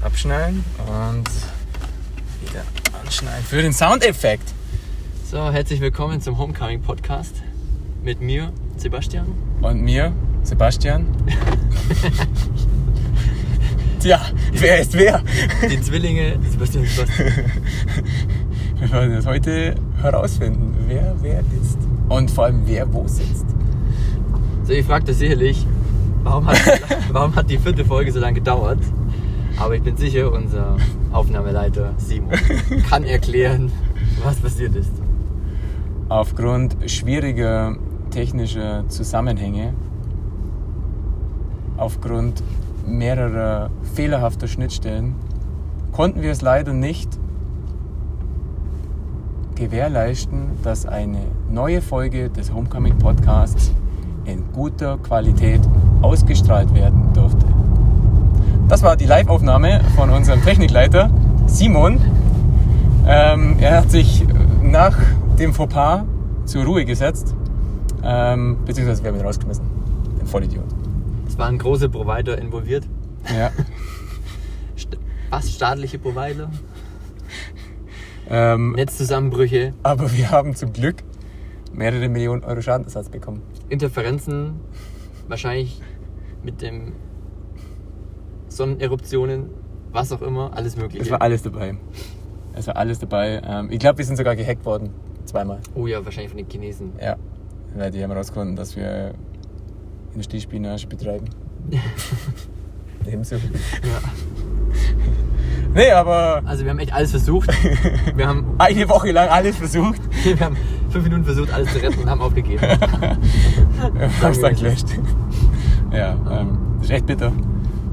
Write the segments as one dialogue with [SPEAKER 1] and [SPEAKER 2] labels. [SPEAKER 1] abschneiden und wieder anschneiden für den Soundeffekt.
[SPEAKER 2] So, herzlich willkommen zum Homecoming Podcast mit mir, Sebastian.
[SPEAKER 1] Und mir, Sebastian. Tja, wer ist wer?
[SPEAKER 2] Die Zwillinge, Sebastian, Sebastian.
[SPEAKER 1] Wir werden das heute herausfinden, wer wer ist. Und vor allem, wer wo sitzt.
[SPEAKER 2] So, ihr fragt euch sicherlich, warum hat, warum hat die vierte Folge so lange gedauert? Aber ich bin sicher, unser Aufnahmeleiter Simon kann erklären, was passiert ist.
[SPEAKER 1] Aufgrund schwieriger technischer Zusammenhänge, aufgrund mehrerer fehlerhafter Schnittstellen, konnten wir es leider nicht gewährleisten, dass eine neue Folge des Homecoming Podcasts in guter Qualität ausgestrahlt werden durfte. Das war die Live-Aufnahme von unserem Technikleiter Simon. Ähm, er hat sich nach dem Fauxpas zur Ruhe gesetzt, ähm, beziehungsweise wir haben ihn rausgeschmissen. Ein Vollidiot.
[SPEAKER 2] Es waren große Provider involviert,
[SPEAKER 1] Ja.
[SPEAKER 2] St- fast staatliche Provider,
[SPEAKER 1] ähm,
[SPEAKER 2] Netzzusammenbrüche,
[SPEAKER 1] aber wir haben zum Glück mehrere Millionen Euro Schadenersatz bekommen.
[SPEAKER 2] Interferenzen, wahrscheinlich mit dem Sonneneruptionen, was auch immer, alles
[SPEAKER 1] Es
[SPEAKER 2] Mögliche.
[SPEAKER 1] war alles dabei. Es war alles dabei. Ähm, ich glaube, wir sind sogar gehackt worden. Zweimal.
[SPEAKER 2] oh ja, wahrscheinlich von den Chinesen.
[SPEAKER 1] Ja. Weil die haben rausgefunden, dass wir Industriespionage betreiben. Ebenso.
[SPEAKER 2] Ja.
[SPEAKER 1] Nee, aber
[SPEAKER 2] Also wir haben echt alles versucht. Wir haben,
[SPEAKER 1] eine Woche lang alles versucht.
[SPEAKER 2] wir haben fünf Minuten versucht, alles zu retten und haben aufgegeben.
[SPEAKER 1] Hab's dann gelöscht. Ja, ähm, das ist echt bitter.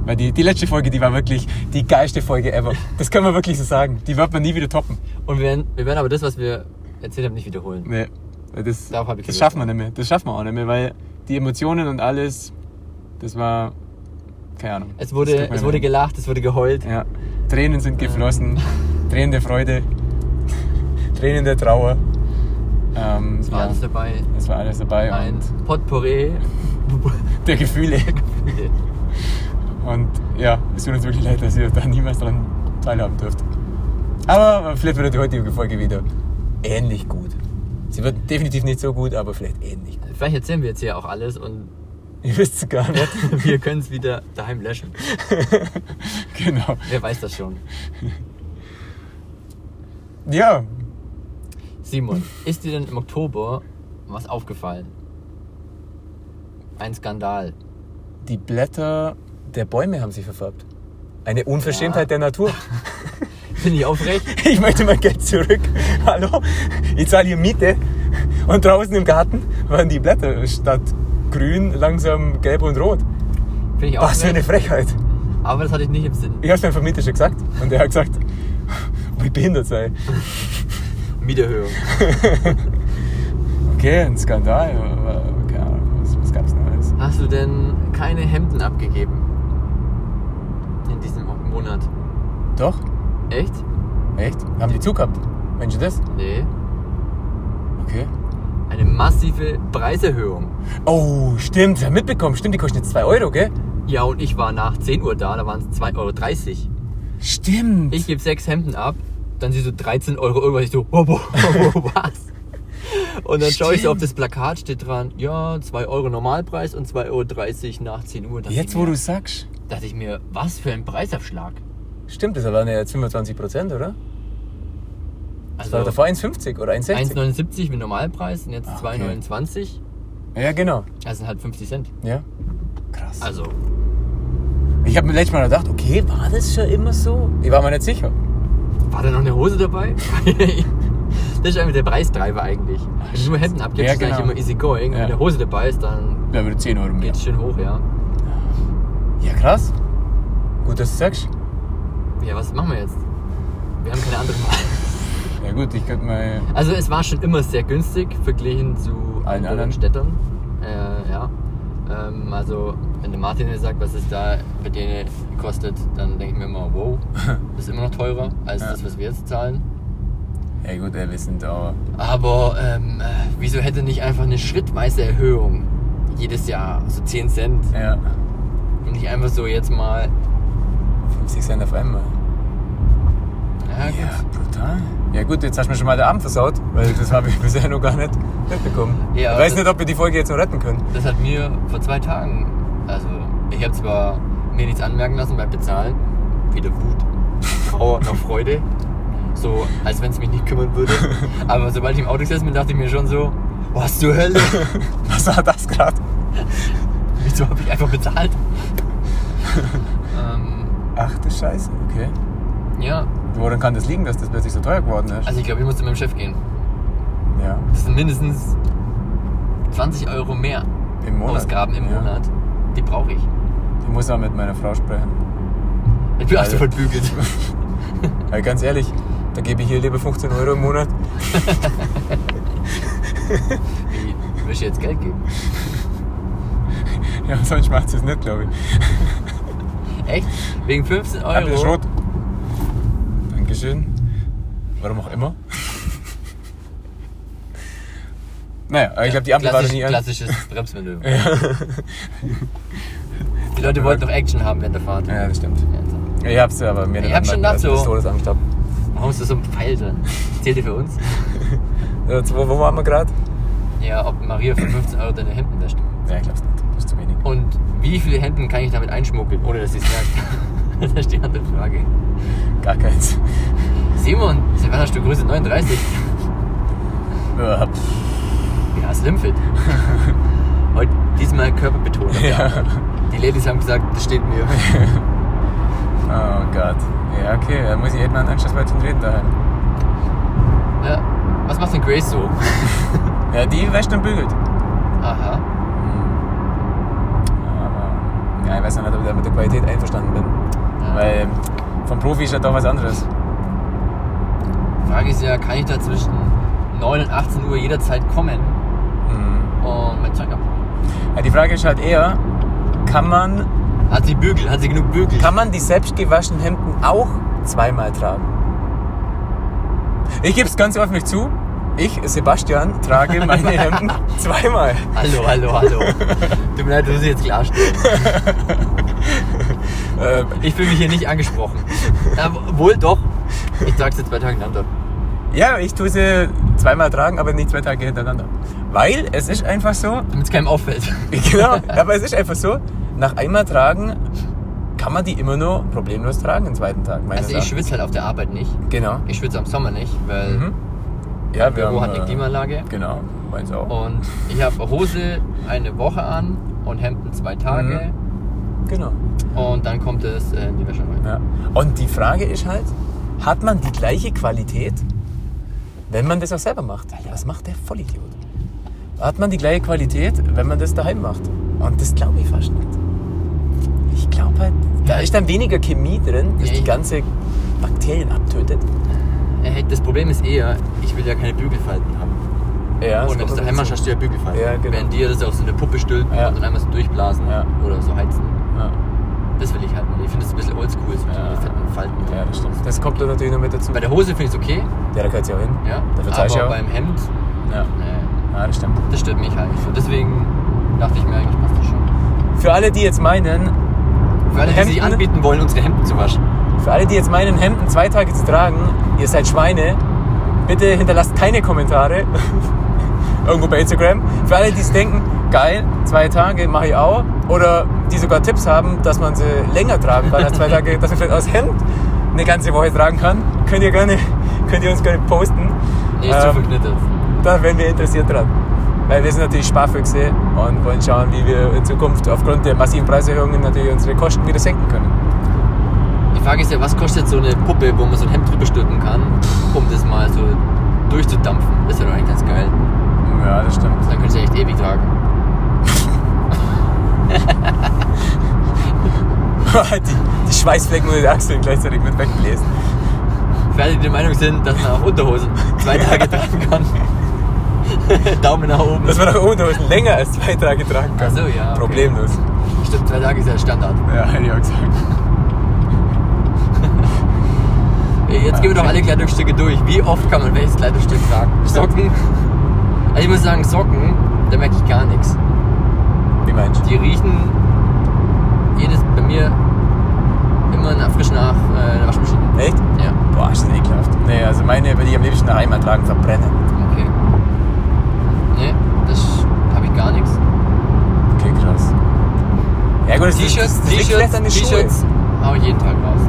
[SPEAKER 1] Weil die, die letzte Folge, die war wirklich die geilste Folge ever. Das können wir wirklich so sagen. Die wird man nie wieder toppen.
[SPEAKER 2] Und wir werden, wir werden aber das, was wir erzählt haben, nicht wiederholen.
[SPEAKER 1] Nee, weil das,
[SPEAKER 2] Darauf hab ich
[SPEAKER 1] das
[SPEAKER 2] Lust,
[SPEAKER 1] schaffen wir
[SPEAKER 2] ja.
[SPEAKER 1] nicht mehr. Das schaffen wir auch nicht mehr, weil die Emotionen und alles, das war. Keine Ahnung.
[SPEAKER 2] Es
[SPEAKER 1] Das
[SPEAKER 2] wurde,
[SPEAKER 1] kriegt man
[SPEAKER 2] es wurde
[SPEAKER 1] nicht mehr.
[SPEAKER 2] gelacht, es wurde geheult.
[SPEAKER 1] Ja. Tränen sind geflossen, Tränen der Freude, Tränen der Trauer. Ähm,
[SPEAKER 2] Es war
[SPEAKER 1] ja,
[SPEAKER 2] alles dabei.
[SPEAKER 1] es war alles dabei.
[SPEAKER 2] Ein
[SPEAKER 1] Und
[SPEAKER 2] Potpourri.
[SPEAKER 1] der Gefühle. Und ja, es tut uns wirklich leid, dass ihr da niemals dran teilhaben dürft. Aber vielleicht wird die heutige Folge wieder ähnlich gut. Sie wird definitiv nicht so gut, aber vielleicht ähnlich gut.
[SPEAKER 2] Vielleicht erzählen wir jetzt hier auch alles und
[SPEAKER 1] Ihr wisst es gar nicht.
[SPEAKER 2] wir können es wieder daheim löschen.
[SPEAKER 1] genau.
[SPEAKER 2] Wer weiß das schon?
[SPEAKER 1] Ja,
[SPEAKER 2] Simon, ist dir denn im Oktober was aufgefallen? Ein Skandal.
[SPEAKER 1] die Blätter der Bäume haben sich verfärbt. Eine Unverschämtheit
[SPEAKER 2] Ja.
[SPEAKER 1] der Natur.
[SPEAKER 2] Finde ich aufrecht.
[SPEAKER 1] Ich möchte mein Geld zurück. Hallo? Ich zahle hier Miete. Und draußen im Garten waren die Blätter statt grün langsam gelb und rot.
[SPEAKER 2] Finde ich
[SPEAKER 1] Was für eine
[SPEAKER 2] aufrecht.
[SPEAKER 1] Frechheit.
[SPEAKER 2] Aber das hatte ich nicht im Sinn.
[SPEAKER 1] Ich habe es meinem Vermieter schon gesagt. Und er hat gesagt, wie behindert sei.
[SPEAKER 2] Mieterhöhung.
[SPEAKER 1] Okay, ein Skandal. aber Keine Ahnung, was, was gab's denn alles?
[SPEAKER 2] Hast du denn keine Hemden abgegeben? In diesem Monat.
[SPEAKER 1] Doch?
[SPEAKER 2] Echt?
[SPEAKER 1] Echt? Haben die zugehabt? Mensch, das?
[SPEAKER 2] Nee.
[SPEAKER 1] Okay.
[SPEAKER 2] Eine massive Preiserhöhung.
[SPEAKER 1] Oh, stimmt, ich hab mitbekommen. Stimmt, die kosten jetzt 2 Euro, gell?
[SPEAKER 2] Ja, und ich war nach 10 Uhr da, da waren es 2,30 Euro.
[SPEAKER 1] Stimmt.
[SPEAKER 2] Ich gebe sechs Hemden ab, dann siehst du 13 Euro irgendwas. Ich so, wow, wow, wow, was? Und dann schaue ich so auf das Plakat, steht dran, ja, 2 Euro Normalpreis und 2,30 Euro nach 10 Uhr. Dachte
[SPEAKER 1] jetzt,
[SPEAKER 2] ich
[SPEAKER 1] wo
[SPEAKER 2] mir-
[SPEAKER 1] du sagst.
[SPEAKER 2] Dachte ich mir, was für ein Preisabschlag.
[SPEAKER 1] Stimmt, das waren ja jetzt 25 Prozent, oder? Das
[SPEAKER 2] Also
[SPEAKER 1] war davor 1,50 oder 1,60.
[SPEAKER 2] 1,79 mit Normalpreis und jetzt
[SPEAKER 1] Ah, okay.
[SPEAKER 2] 2,29.
[SPEAKER 1] Ja, genau.
[SPEAKER 2] Also sind halt 50 Cent.
[SPEAKER 1] Ja. Krass.
[SPEAKER 2] Also,
[SPEAKER 1] Ich habe mir letztes Mal gedacht, okay, war das schon immer so? Ich war mir nicht sicher.
[SPEAKER 2] war da noch eine Hose dabei? das ist einfach der Preistreiber eigentlich. Wenn du nur Hemden abgibst,
[SPEAKER 1] Ja,
[SPEAKER 2] ist eigentlich
[SPEAKER 1] genau.
[SPEAKER 2] immer easy going.
[SPEAKER 1] Ja.
[SPEAKER 2] Wenn eine Hose dabei ist, dann
[SPEAKER 1] Da würde 10 Euro mehr.
[SPEAKER 2] geht's schön hoch, ja.
[SPEAKER 1] Ja, krass. Gut, dass du sagst.
[SPEAKER 2] Ja, was machen wir jetzt? Wir haben keine andere Wahl.
[SPEAKER 1] Ja gut, ich könnte mal...
[SPEAKER 2] Also es war schon immer sehr günstig verglichen zu
[SPEAKER 1] Allen anderen.
[SPEAKER 2] Städtern. Äh, ja. Ähm, also wenn der Martin mir sagt, was es da bei denen kostet, dann denke ich mir immer, wow, das ist immer noch teurer als
[SPEAKER 1] Ja.
[SPEAKER 2] das, was wir jetzt zahlen.
[SPEAKER 1] Ja gut, ja, wir sind aber...
[SPEAKER 2] Aber ähm, äh, wieso hätte nicht einfach eine schrittweise Erhöhung jedes Jahr, so 10 Cent,
[SPEAKER 1] Ja,
[SPEAKER 2] und nicht einfach so jetzt mal
[SPEAKER 1] 50 Cent auf einmal.
[SPEAKER 2] Ja, gut.
[SPEAKER 1] Ja, brutal. Ja gut, jetzt hast du mir schon mal den Abend versaut, weil das habe ich bisher noch gar nicht mitbekommen. ich
[SPEAKER 2] Ja, also aber
[SPEAKER 1] weiß
[SPEAKER 2] das-
[SPEAKER 1] nicht, ob wir die Folge jetzt noch retten können.
[SPEAKER 2] Das hat mir vor zwei Tagen, also ich habe zwar mir nichts anmerken lassen beim Bezahlen, weder Wut, Trauer noch Freude, so als wenn es mich nicht kümmern würde, aber sobald ich im Auto gesessen bin, dachte ich mir schon so, was zur Hölle,
[SPEAKER 1] Was war das gerade?
[SPEAKER 2] wieso habe ich einfach bezahlt? ähm,
[SPEAKER 1] Ach du Scheiße, okay.
[SPEAKER 2] ja,
[SPEAKER 1] Woran kann das liegen, dass das plötzlich so teuer geworden ist?
[SPEAKER 2] also ich glaube, ich musste mit dem Chef gehen.
[SPEAKER 1] ja,
[SPEAKER 2] Das sind mindestens 20 Euro mehr
[SPEAKER 1] im Monat.
[SPEAKER 2] Ausgaben im
[SPEAKER 1] ja.
[SPEAKER 2] Monat. Die brauche ich.
[SPEAKER 1] Ich muss auch mit meiner Frau sprechen.
[SPEAKER 2] Ich bin also
[SPEAKER 1] Alter.
[SPEAKER 2] verbügelt.
[SPEAKER 1] Weil ganz ehrlich, da gebe ich hier lieber 15 Euro im Monat.
[SPEAKER 2] Wie willst du jetzt Geld geben?
[SPEAKER 1] Ja, sonst macht sie es nicht, glaube ich.
[SPEAKER 2] Echt? Wegen 15 Euro?
[SPEAKER 1] Habt ihr Schrot? Dankeschön. Warum auch immer. naja, aber ich glaube, die Ampel war doch
[SPEAKER 2] Klassisch,
[SPEAKER 1] nie an.
[SPEAKER 2] Klassisches Bremsmanöver.
[SPEAKER 1] Ja.
[SPEAKER 2] Die Leute wollten doch Action haben während der Fahrt.
[SPEAKER 1] ja, das stimmt.
[SPEAKER 2] Also,
[SPEAKER 1] Ich hab's ja aber mir
[SPEAKER 2] Ich hab schon gedacht, so.
[SPEAKER 1] Todesangst hab.
[SPEAKER 2] Warum ist das so ein Pfeil drin? Zählt die für uns?
[SPEAKER 1] Jetzt, Äh, Wo, wo waren wir gerade?
[SPEAKER 2] Ja, ob Maria für 15 Euro deine Hemden wäscht.
[SPEAKER 1] Ja, ich glaub's nicht. Das ist zu wenig.
[SPEAKER 2] Und wie viele Hemden kann ich damit einschmuggeln, ohne dass sie es merkt? das ist die andere Frage. Oh.
[SPEAKER 1] Gar keins.
[SPEAKER 2] Simon, seit wann hast du Größe 39?
[SPEAKER 1] Ja,
[SPEAKER 2] Ja, Slimfit. Heute diesmal körperbetont. auf die
[SPEAKER 1] Ja.
[SPEAKER 2] Antwort. Die Ladies haben gesagt, das steht mir.
[SPEAKER 1] Oh Gott. Ja, okay. Da muss ich echt mal einen Anschluss weiter reden daheim.
[SPEAKER 2] Ja. Was macht denn Grace so?
[SPEAKER 1] Ja, die wäscht und bügelt.
[SPEAKER 2] Aha.
[SPEAKER 1] Aber ja, ich weiß noch nicht, ob ich da mit der Qualität einverstanden bin. Weil vom Profi ist ja doch was anderes.
[SPEAKER 2] Frage ist ja, kann ich da zwischen 9 und 18 Uhr jederzeit kommen
[SPEAKER 1] Mhm.
[SPEAKER 2] und mein Zeug abholen?
[SPEAKER 1] Ja, die Frage ist halt eher, kann man,
[SPEAKER 2] Hat sie Bügel? Hat sie genug Bügel?
[SPEAKER 1] kann man die selbst gewaschenen Hemden auch zweimal tragen? Ich gebe es ganz öffentlich zu. Ich, Sebastian, trage meine Hemden zweimal.
[SPEAKER 2] Hallo, hallo, hallo. Tut mir leid, das muss ich jetzt klarstellen.
[SPEAKER 1] Ähm,
[SPEAKER 2] Ich fühle mich hier nicht angesprochen. Ja, wohl doch. Ich sag's jetzt zwei Tage hintereinander.
[SPEAKER 1] ja, ich tue sie zweimal tragen, aber nicht zwei Tage hintereinander. Weil es ist einfach so,
[SPEAKER 2] Damit es keinem auffällt.
[SPEAKER 1] Genau, aber es ist einfach so, nach einmal tragen kann man die immer nur problemlos tragen, den zweiten Tag. meines
[SPEAKER 2] Also ich
[SPEAKER 1] Erachtens.
[SPEAKER 2] schwitze halt auf der Arbeit nicht.
[SPEAKER 1] Genau.
[SPEAKER 2] Ich schwitze am Sommer nicht, weil
[SPEAKER 1] Mhm. Ja, wir haben,
[SPEAKER 2] Büro hat Oh.
[SPEAKER 1] äh,
[SPEAKER 2] eine Klimaanlage.
[SPEAKER 1] Genau, meins auch.
[SPEAKER 2] Und ich habe Hose eine Woche an und Hemden zwei Tage.
[SPEAKER 1] Genau.
[SPEAKER 2] Und dann kommt es äh, in die Wäsche rein.
[SPEAKER 1] Ja. Und die Frage ist halt, hat man die gleiche Qualität, wenn man das auch selber macht? Alter, was macht der Vollidiot? Hat man die gleiche Qualität, wenn man das daheim macht? Und das glaube ich fast nicht. Ich glaube halt, da ist dann weniger Chemie drin, das
[SPEAKER 2] Ja,
[SPEAKER 1] die
[SPEAKER 2] ich-
[SPEAKER 1] ganze Bakterien abtötet.
[SPEAKER 2] Äh, Das Problem ist eher, ich will ja keine Bügelfalten haben.
[SPEAKER 1] Ja,
[SPEAKER 2] und wenn du daheim machst, hast du ja Bügelfalten.
[SPEAKER 1] Ja, genau.
[SPEAKER 2] Wenn dir das auf so eine Puppe stülpen
[SPEAKER 1] Ja.
[SPEAKER 2] und dann einmal so durchblasen
[SPEAKER 1] Ja.
[SPEAKER 2] oder so heizen.
[SPEAKER 1] Ja,
[SPEAKER 2] Das will ich halt nicht. Ich finde das ein bisschen oldschool, so
[SPEAKER 1] Ja.
[SPEAKER 2] die fetten Falten.
[SPEAKER 1] ja, das stimmt. Das kommt da natürlich noch mit dazu.
[SPEAKER 2] Bei der Hose finde ich es okay,
[SPEAKER 1] Ja, da gehört ja auch hin.
[SPEAKER 2] ja.
[SPEAKER 1] Dafür zahl ich
[SPEAKER 2] aber
[SPEAKER 1] ja auch.
[SPEAKER 2] beim Hemd,
[SPEAKER 1] Ja.
[SPEAKER 2] nee,
[SPEAKER 1] ja, das stimmt.
[SPEAKER 2] das stört mich halt nicht so. Deswegen dachte ich mir, eigentlich passt das schon.
[SPEAKER 1] Für alle, die jetzt meinen,
[SPEAKER 2] Für alle, die
[SPEAKER 1] Hemden?
[SPEAKER 2] sich anbieten wollen, unsere Hemden zu waschen.
[SPEAKER 1] für alle, die jetzt meinen, Hemden zwei Tage zu tragen, ihr seid Schweine, bitte hinterlasst keine Kommentare. Irgendwo bei Instagram. Für alle, die es denken, geil, zwei Tage mache ich auch. Oder die sogar Tipps haben, dass man sie länger tragen kann als zwei Tage, dass man vielleicht aus Hemd eine ganze Woche tragen kann, könnt ihr gerne, könnt ihr uns gerne posten.
[SPEAKER 2] Nee, ist zu
[SPEAKER 1] Ähm,
[SPEAKER 2] verknittert.
[SPEAKER 1] Da wären wir interessiert dran. Weil wir sind natürlich Sparfüchse und wollen schauen, wie wir in Zukunft aufgrund der massiven Preiserhöhungen natürlich unsere Kosten wieder senken können.
[SPEAKER 2] Die Frage ist ja, was kostet so eine Puppe, wo man so ein Hemd drüber stülpen kann, um das mal so durchzudampfen? Das wäre doch eigentlich ganz geil.
[SPEAKER 1] Ja, das stimmt.
[SPEAKER 2] Dann könntest du ja echt ewig tragen.
[SPEAKER 1] die, die Schweißflecken unter den Achseln gleichzeitig mit wegbläsen.
[SPEAKER 2] Für alle, die der Meinung sind, dass man auch Unterhosen zwei Tage tragen kann. Daumen nach oben.
[SPEAKER 1] Dass man auch Unterhosen länger als zwei Tage tragen kann.
[SPEAKER 2] Ach so, ja, okay.
[SPEAKER 1] Problemlos.
[SPEAKER 2] Stimmt, zwei Tage ist ja Standard.
[SPEAKER 1] Ja, hätte ich auch gesagt.
[SPEAKER 2] Ey, Jetzt gehen wir doch alle Kleidungsstücke durch. Wie oft kann man welches Kleidungsstück tragen? Socken? Also ich muss sagen, Socken, da merke ich gar nichts.
[SPEAKER 1] Wie meinst du?
[SPEAKER 2] Die riechen jedes bei mir immer nach, frisch nach äh, der Waschmaschine.
[SPEAKER 1] Echt?
[SPEAKER 2] Ja.
[SPEAKER 1] Boah, ist das ekelhaft. also gut, das ist-
[SPEAKER 2] T-Shirts,
[SPEAKER 1] das liegt
[SPEAKER 2] T-Shirts,
[SPEAKER 1] vielleicht an den
[SPEAKER 2] T-Shirts. Hau ich jeden Tag raus.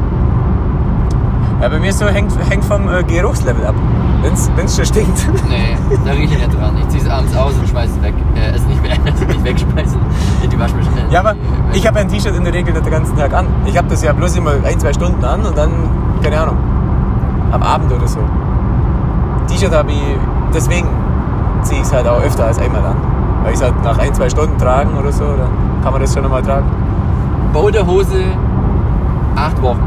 [SPEAKER 1] Ja, bei mir so hängt, hängt vom äh, Geruchslevel ab. Wenn's, wenn's schon stinkt.
[SPEAKER 2] Nee, da rieche ich nicht dran. Ich ziehe es abends aus und schmeiße es weg. Äh, es nicht, mehr- es nicht wegschmeißen. In die Waschmaschine.
[SPEAKER 1] Ja, aber
[SPEAKER 2] Die-
[SPEAKER 1] ich habe ein T-Shirt in der Regel den ganzen Tag an. Ich habe das ja bloß immer ein, zwei Stunden an und dann, keine Ahnung, am Abend oder so. T-Shirt habe ich, deswegen ziehe ich es halt auch öfter als einmal an. Weil ich es halt nach ein, zwei Stunden tragen oder so, dann kann man das schon nochmal tragen.
[SPEAKER 2] Boulderhose, acht Wochen.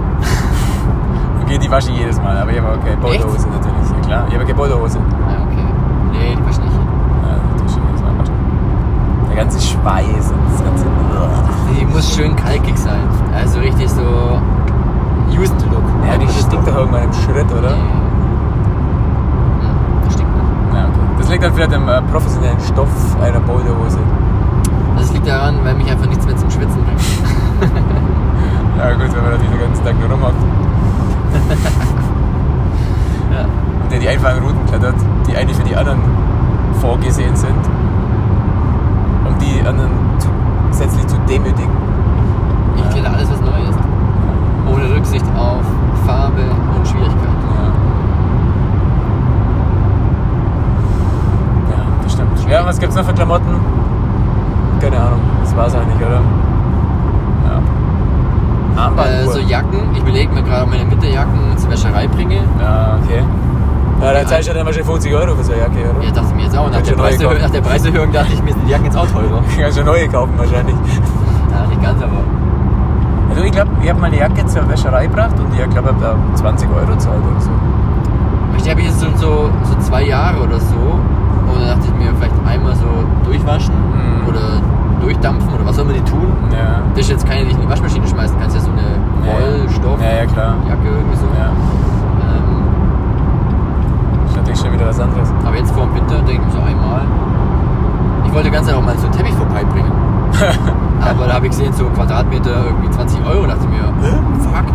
[SPEAKER 1] Okay, die wasche ich jedes Mal, aber ich habe auch keine Boulderhose natürlich, ja klar. Ich habe keine Boulderhose.
[SPEAKER 2] Ja, okay. Nee, die wasche ich nicht.
[SPEAKER 1] Ja, natürlich schon jedes Mal waschen. Der ganze Schweiß und das ganze...
[SPEAKER 2] Die muss schön kalkig sein. Also richtig so used look.
[SPEAKER 1] Ja, die stinkt doch irgendwann im Schritt, oder?
[SPEAKER 2] Nee. Hm, die stinkt nicht.
[SPEAKER 1] Ja, okay. Das liegt dann vielleicht am äh, professionellen Stoff einer Boulderhose.
[SPEAKER 2] Das Also liegt daran, weil mich einfach nichts mehr zum Schwitzen bringt.
[SPEAKER 1] Ja gut, wenn man das den ganzen Tag nur rummacht.
[SPEAKER 2] Ja.
[SPEAKER 1] Und der die einfachen Routen klettert, die eigentlich für die anderen vorgesehen sind. Um die anderen zusätzlich zu demütigen.
[SPEAKER 2] Ich kletter alles, was neu ist. Ohne Rücksicht auf Farbe und Schwierigkeit.
[SPEAKER 1] Ja. Ja, das stimmt. Ja, was gibt's noch für Klamotten? Keine Ahnung, das war's eigentlich, oder? Ja. Also,
[SPEAKER 2] Äh,
[SPEAKER 1] Armbanduhr.
[SPEAKER 2] so Jacken. Ich belege mir gerade ob meine Winterjacken zur Wäscherei bringe.
[SPEAKER 1] Ja, Ah, okay. Ja, da
[SPEAKER 2] Ja.
[SPEAKER 1] zahlst du dann wahrscheinlich 50 Euro für so eine Jacke, oder?
[SPEAKER 2] Ja, dachte ich mir jetzt auch. Nach
[SPEAKER 1] Kannst
[SPEAKER 2] der,
[SPEAKER 1] du neue
[SPEAKER 2] Preiserhöhung,
[SPEAKER 1] kaufen.
[SPEAKER 2] nach der Preiserhöhung dachte ich mir, sind die Jacken jetzt auch teurer.
[SPEAKER 1] Kannst du neue kaufen wahrscheinlich.
[SPEAKER 2] Ja, nicht ganz, aber.
[SPEAKER 1] Also ich glaube, ich habe meine Jacke zur Wäscherei gebracht und ich glaube, ich habe da 20 Euro gezahlt oder so.
[SPEAKER 2] Ich habe jetzt schon so, so zwei Jahre oder so. Und dann dachte ich mir, vielleicht einmal so durchwaschen
[SPEAKER 1] Mhm.
[SPEAKER 2] oder durchdampfen oder was soll man die tun?
[SPEAKER 1] Ja.
[SPEAKER 2] Das ist jetzt keine, die ich in die Waschmaschine schmeißen kannst. Ja, so eine Wollstoff.
[SPEAKER 1] Ja, ja, klar.
[SPEAKER 2] Jacke irgendwie so.
[SPEAKER 1] Ja.
[SPEAKER 2] Ähm,
[SPEAKER 1] Das ist natürlich schon wieder was anderes.
[SPEAKER 2] aber jetzt vor dem Winter denke ich mir so einmal. Ich wollte ganz einfach mal so einen Teppich vorbeibringen. aber da habe ich gesehen, so Quadratmeter irgendwie 20 Euro. dachte ich mir, "Hä? fuck,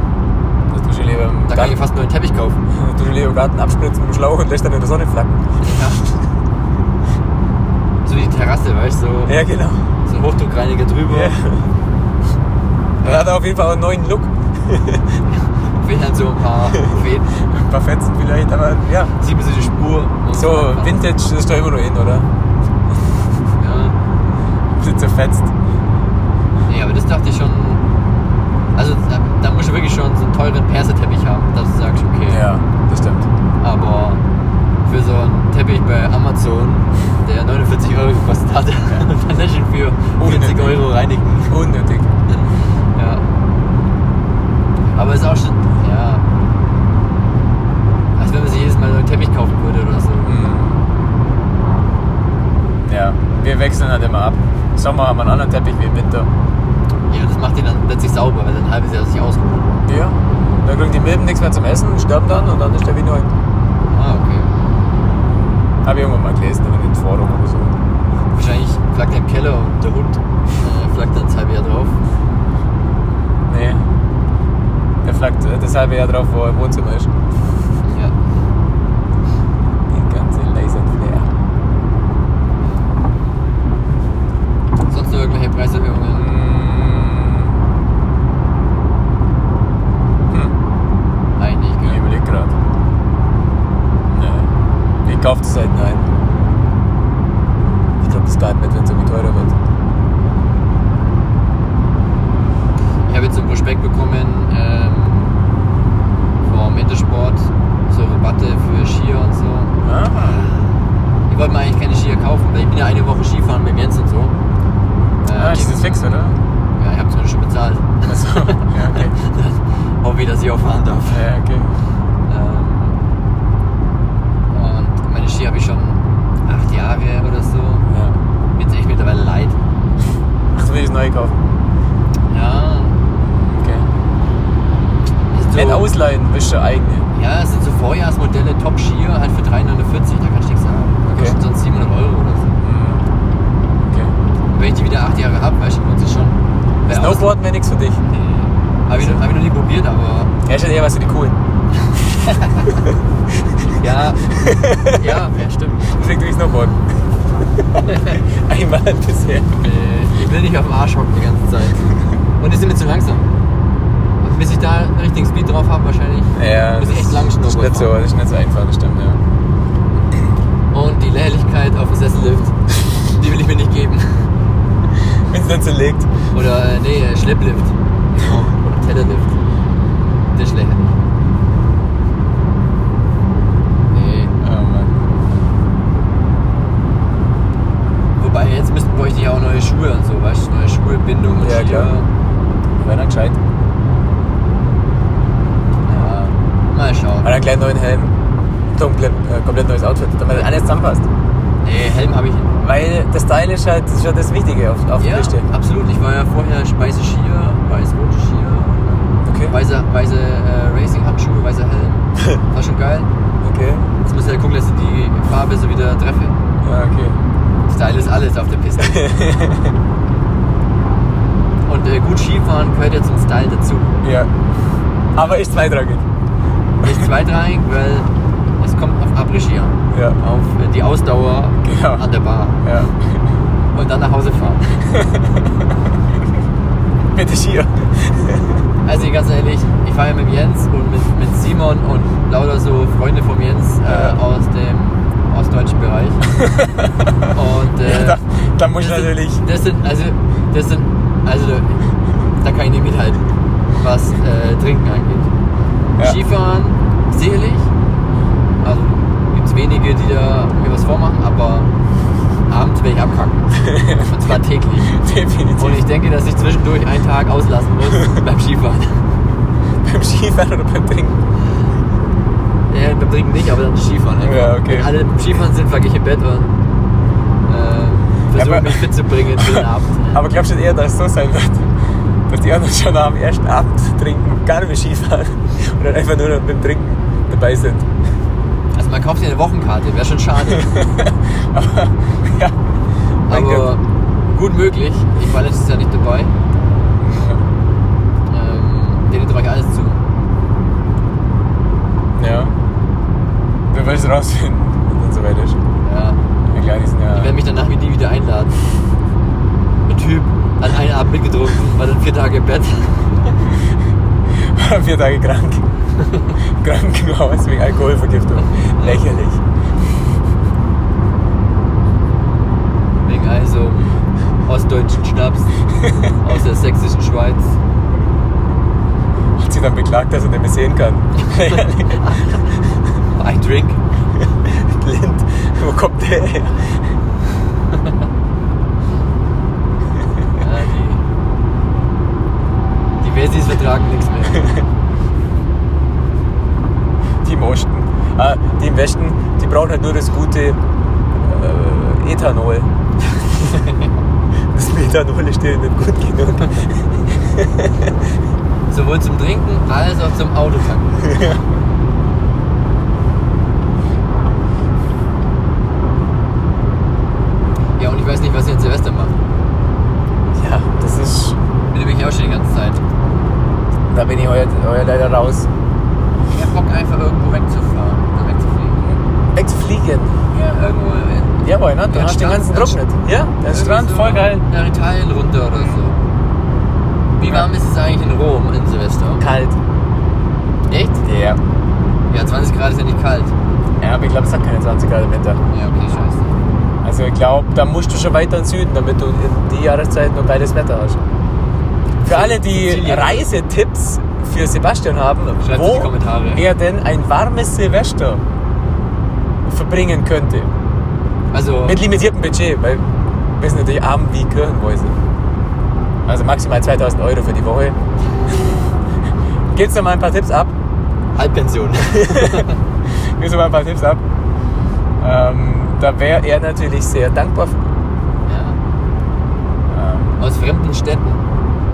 [SPEAKER 1] Das tust du lieber im
[SPEAKER 2] da kann ich
[SPEAKER 1] Garten,
[SPEAKER 2] fast einen neuen Teppich kaufen.
[SPEAKER 1] das tust du lieber im Garten abspritzen mit dem Schlauch und lässt dann in der Sonne flacken.
[SPEAKER 2] Ja. So die Terrasse, weißt du? So,
[SPEAKER 1] Ja, genau.
[SPEAKER 2] so ein Hochdruckreiniger drüber.
[SPEAKER 1] Ja. Dann hat er auf jeden Fall einen neuen Look.
[SPEAKER 2] Fehlen halt so ein paar Fäden.
[SPEAKER 1] Ein paar Fetzen vielleicht, aber ja.
[SPEAKER 2] Sieht man so die Spur. Und
[SPEAKER 1] So,
[SPEAKER 2] einfach.
[SPEAKER 1] Vintage, das ist doch immer noch in, oder?
[SPEAKER 2] Ja.
[SPEAKER 1] Ein bisschen zerfetzt.
[SPEAKER 2] Nee, aber das dachte ich schon. Also da, da musst du wirklich schon so einen teuren Perserteppich haben, dass du sagst, okay.
[SPEAKER 1] Ja, das stimmt.
[SPEAKER 2] Aber für so einen Teppich bei Amazon, der 49 Euro gekostet hat, und dann lächeln für 40
[SPEAKER 1] Unnötig.
[SPEAKER 2] Euro reinigen.
[SPEAKER 1] Unnötig.
[SPEAKER 2] Ja. Aber ist auch schon. Ja. Als wenn man sich jedes Mal einen neuen Teppich kaufen würde oder so.
[SPEAKER 1] Mhm. Hm. Ja, wir wechseln halt immer ab. Im Sommer haben wir einen anderen Teppich wie im Winter.
[SPEAKER 2] Ja, das macht den dann plötzlich sauber, weil dann ein halbes Jahr sich ausruht.
[SPEAKER 1] Ja. Da kriegen die Milben nichts mehr zum Essen, sterben dann und dann ist der wie neu.
[SPEAKER 2] Ah, okay.
[SPEAKER 1] Habe ich irgendwann mal gelesen in den Forum oder so.
[SPEAKER 2] Wahrscheinlich flackt er im Keller und der Hund äh, flackt dann das halbe Jahr drauf.
[SPEAKER 1] Nee. Der flackt äh, das halbe Jahr drauf, wo er im Wohnzimmer ist.
[SPEAKER 2] Ja.
[SPEAKER 1] Die ganze Laserflair.
[SPEAKER 2] Sonst noch irgendwelche Preiserhöhungen.
[SPEAKER 1] Hm. Hm.
[SPEAKER 2] Eigentlich nicht,
[SPEAKER 1] Ich
[SPEAKER 2] gell?
[SPEAKER 1] überlege gerade. Nee. Ich kaufe das halt ein. Ich glaube, das geht nicht, wenn es irgendwie teurer wird.
[SPEAKER 2] Ich habe jetzt im Prospekt bekommen ähm, vom Intersport so Rabatte für Skier und so.
[SPEAKER 1] Ah.
[SPEAKER 2] Ich wollte mir eigentlich keine Skier kaufen, weil ich bin ja eine Woche Skifahren mit dem Jens und so.
[SPEAKER 1] Ah,
[SPEAKER 2] Ähm,
[SPEAKER 1] ist das fix, oder?
[SPEAKER 2] Ja, ich hab's mir schon bezahlt.
[SPEAKER 1] Achso, ja, okay.
[SPEAKER 2] Hoffe ich, dass ich auch fahren darf.
[SPEAKER 1] Ja, okay.
[SPEAKER 2] Ähm, und meine Ski habe ich schon acht Jahre oder so.
[SPEAKER 1] Ja.
[SPEAKER 2] Mir jetzt echt mittlerweile leid.
[SPEAKER 1] Ach, du willst neu kaufen.
[SPEAKER 2] Ja.
[SPEAKER 1] Okay.
[SPEAKER 2] das sind
[SPEAKER 1] Nicht
[SPEAKER 2] So,
[SPEAKER 1] ausleihen, bist du eigene.
[SPEAKER 2] ja, es sind so Vorjahrsmodelle, Top-Skier, halt für 349, da kannst du nichts sagen. Da
[SPEAKER 1] Okay.
[SPEAKER 2] kosten sonst 700 Euro oder so.
[SPEAKER 1] Mhm. Okay.
[SPEAKER 2] Wenn ich die wieder acht Jahre habe, weiß ich, lohnt sich schon. Wer aus-
[SPEAKER 1] Snowboard wäre nichts für dich.
[SPEAKER 2] Nee. Hab ich, noch- hab ich noch nie probiert, aber
[SPEAKER 1] Er ist halt eher was für die Coolen.
[SPEAKER 2] Ja, ja, ja, stimmt.
[SPEAKER 1] Deswegen tue ich Snowboard. Einmal bisher.
[SPEAKER 2] Äh, ich will nicht auf dem Arsch hocken die ganze Zeit. Und die sind mir zu langsam. Und bis ich da einen richtigen Speed drauf habe, wahrscheinlich
[SPEAKER 1] Ja,
[SPEAKER 2] muss ich echt lang
[SPEAKER 1] ist
[SPEAKER 2] Snowboard
[SPEAKER 1] nicht so,
[SPEAKER 2] fahren.
[SPEAKER 1] das ist nicht so einfach, das stimmt, ja.
[SPEAKER 2] Und die Lehrlichkeit auf dem Sessellift, die will ich mir nicht geben.
[SPEAKER 1] Wenn es dann so liegt.
[SPEAKER 2] Oder, äh, nee, äh, Schlepplift. Genau. Oder Tellerlift. Der Schleppe. Nee.
[SPEAKER 1] Oh Mann.
[SPEAKER 2] Wobei, jetzt müssten bräuchte ich auch neue Schuhe und so, weißt du? Neue Schuhe, Bindung und
[SPEAKER 1] Ja,
[SPEAKER 2] Skier.
[SPEAKER 1] klar. Wäre dann gescheit.
[SPEAKER 2] Ja, mal schauen.
[SPEAKER 1] Aber einen kleinen neuen Helm. Komplett, äh, komplett neues Outfit, damit halt alles zusammenpasst.
[SPEAKER 2] Nee, Helm habe ich.
[SPEAKER 1] Weil der Style ist halt das, ist halt das Wichtige auf, auf
[SPEAKER 2] Ja,
[SPEAKER 1] der Liste.
[SPEAKER 2] absolut. Ich war ja vorher weiße Skier, weiß-rote Skier,
[SPEAKER 1] Okay.
[SPEAKER 2] weiße, weiße äh, Racing-Handschuhe, weißer Helm. War schon geil.
[SPEAKER 1] Okay.
[SPEAKER 2] Jetzt müssen wir halt gucken, dass ich die Farbe so wieder treffe.
[SPEAKER 1] Ja, okay.
[SPEAKER 2] Style ist alles auf der Piste. Und äh, gut Skifahren gehört ja zum Style dazu.
[SPEAKER 1] Ja. Aber ist zweitrangig.
[SPEAKER 2] Nicht zweitrangig, weil es kommt auf Après-Ski an.
[SPEAKER 1] Ja.
[SPEAKER 2] Auf äh, die Ausdauer
[SPEAKER 1] Genau.
[SPEAKER 2] an der Bar.
[SPEAKER 1] Ja.
[SPEAKER 2] Und dann nach Hause fahren.
[SPEAKER 1] Bitte Skier.
[SPEAKER 2] Also ganz ehrlich, ich fahre ja mit Jens und mit, mit Simon und lauter so Freunde von Jens
[SPEAKER 1] Ja.
[SPEAKER 2] äh, aus dem ostdeutschen Bereich. und äh,
[SPEAKER 1] Ja, da, da muss ich
[SPEAKER 2] das
[SPEAKER 1] natürlich.
[SPEAKER 2] Sind, das sind, also, das sind, also da kann ich nicht mithalten, was äh, Trinken angeht.
[SPEAKER 1] Ja.
[SPEAKER 2] Skifahren, sicherlich. Also gibt es wenige, die da mir was vormachen, aber abends werde ich abkacken. und zwar täglich.
[SPEAKER 1] Definitiv.
[SPEAKER 2] Und ich denke, dass ich zwischendurch einen Tag auslassen muss beim Skifahren.
[SPEAKER 1] beim Skifahren oder beim Trinken.
[SPEAKER 2] Ja, beim Trinken nicht, aber dann Skifahren. Einfach.
[SPEAKER 1] Ja, okay.
[SPEAKER 2] Wenn alle beim Skifahren sind, lag ich im Bett und äh,
[SPEAKER 1] Aber-
[SPEAKER 2] versuche mich fit zu bringen für den Abend.
[SPEAKER 1] Aber glaubst du nicht eher, dass es so sein wird? Dass die anderen schon am ersten Abend trinken und gar nicht mehr Skifahren und dann einfach nur noch beim Trinken dabei sind.
[SPEAKER 2] Also man kauft ja eine Wochenkarte, wäre schon schade.
[SPEAKER 1] Aber ja, mein
[SPEAKER 2] aber
[SPEAKER 1] Gott.
[SPEAKER 2] gut möglich. Ich war letztes Jahr nicht dabei. Ähm, denen traue ich alles zu.
[SPEAKER 1] Ja. Wir wollen es rausfinden, wenn dann soweit ist.
[SPEAKER 2] Ja.
[SPEAKER 1] Ja, klar, die sind ja.
[SPEAKER 2] Die werden mich danach wie die wieder einladen. Ein Typ hat einen Abend mitgetrunken, war dann vier Tage im Bett.
[SPEAKER 1] War vier Tage krank. Krankenhaus wegen Alkoholvergiftung. Lächerlich.
[SPEAKER 2] Wegen also ostdeutschen Schnaps aus der sächsischen Schweiz.
[SPEAKER 1] Hat sie dann beklagt, dass er nicht mehr sehen kann. Lächerlich.
[SPEAKER 2] Ein Drink.
[SPEAKER 1] Blind. Wo kommt der her?
[SPEAKER 2] Ja, Äh, die, die Wessis vertragen nichts mehr.
[SPEAKER 1] Die im Osten. Ah, die im Westen, die brauchen halt nur das gute äh, Ethanol. das Methanol ist denen nicht gut genug.
[SPEAKER 2] Sowohl zum Trinken als auch zum Autotanken. ja, und ich weiß nicht, was ihr an Silvester macht.
[SPEAKER 1] Ja, das ist.
[SPEAKER 2] Mit dem bin ich auch schon die ganze Zeit.
[SPEAKER 1] Da bin ich heuer, heuer leider raus.
[SPEAKER 2] Ich hab Bock, einfach irgendwo wegzufahren oder wegzufliegen.
[SPEAKER 1] Wegfliegen.
[SPEAKER 2] Ja, irgendwo in.
[SPEAKER 1] Ja, boy, ne?
[SPEAKER 2] Ja,
[SPEAKER 1] Dann hast du den
[SPEAKER 2] Strand,
[SPEAKER 1] ganzen
[SPEAKER 2] ja,
[SPEAKER 1] Druck
[SPEAKER 2] Strand.
[SPEAKER 1] nicht. Ja, der Strand,
[SPEAKER 2] irgendwie
[SPEAKER 1] voll geil.
[SPEAKER 2] Nach Italien runter oder so. Wie warm ist es eigentlich in Rom in Silvester?
[SPEAKER 1] Kalt.
[SPEAKER 2] Echt?
[SPEAKER 1] Ja.
[SPEAKER 2] Ja, 20 Grad ist ja nicht kalt.
[SPEAKER 1] Ja, aber ich glaube, es hat keine 20 Grad im Winter.
[SPEAKER 2] Ja, okay, scheiße.
[SPEAKER 1] Also ich glaube, da musst du schon weiter in den Süden, damit du in die Jahreszeit noch geiles Wetter hast. Für alle, die
[SPEAKER 2] Sizilien.
[SPEAKER 1] Reisetipps für Sebastian haben,
[SPEAKER 2] Schreibt in die
[SPEAKER 1] wo
[SPEAKER 2] Kommentare.
[SPEAKER 1] er denn ein warmes Silvester verbringen könnte.
[SPEAKER 2] Also,
[SPEAKER 1] Mit limitiertem Budget, weil wir sind natürlich arm wie Kirchenmäuse. Also maximal 2000 Euro für die Woche. Geht's noch mal ein paar Tipps ab?
[SPEAKER 2] Halbpension.
[SPEAKER 1] Gibt's noch mal ein paar Tipps ab? Ähm, da wäre er natürlich sehr dankbar.
[SPEAKER 2] ja.
[SPEAKER 1] Ähm,
[SPEAKER 2] aus fremden Städten.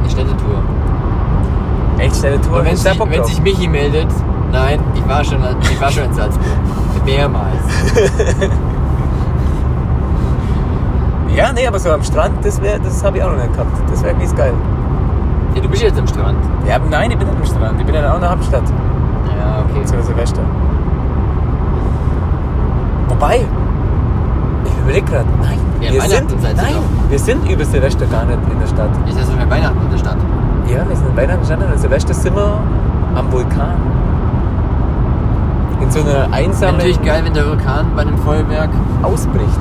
[SPEAKER 2] Eine Städtetour.
[SPEAKER 1] Echt schnelle Tour.
[SPEAKER 2] Und wenn,
[SPEAKER 1] Mensch, da
[SPEAKER 2] sich,
[SPEAKER 1] Bock
[SPEAKER 2] wenn
[SPEAKER 1] drauf.
[SPEAKER 2] sich Michi meldet, nein, ich war schon, ich war schon in Salzburg. Mehrmals.
[SPEAKER 1] Ja, nee, aber so am Strand, das, wär- das habe ich auch noch nicht gehabt. Das wäre irgendwie geil.
[SPEAKER 2] Ja, du bist jetzt am Strand.
[SPEAKER 1] Ja, aber nein, ich bin nicht am Strand. Ich bin in einer anderen Hauptstadt.
[SPEAKER 2] Ja, okay.
[SPEAKER 1] Zu Silvester. Wobei, ich überleg gerade, nein,
[SPEAKER 2] Ja,
[SPEAKER 1] wir
[SPEAKER 2] Weihnachten
[SPEAKER 1] sind,
[SPEAKER 2] seid ihr
[SPEAKER 1] nein, wir sind über Silvester gar nicht in der Stadt.
[SPEAKER 2] Ich esse für Weihnachten in der Stadt.
[SPEAKER 1] Ja, wir sind beide entstanden. Silvester sind wir am Vulkan. In so einer
[SPEAKER 2] Wäre
[SPEAKER 1] einsamen
[SPEAKER 2] natürlich geil, wenn der Orkan bei einem Feuerwerk
[SPEAKER 1] ausbricht.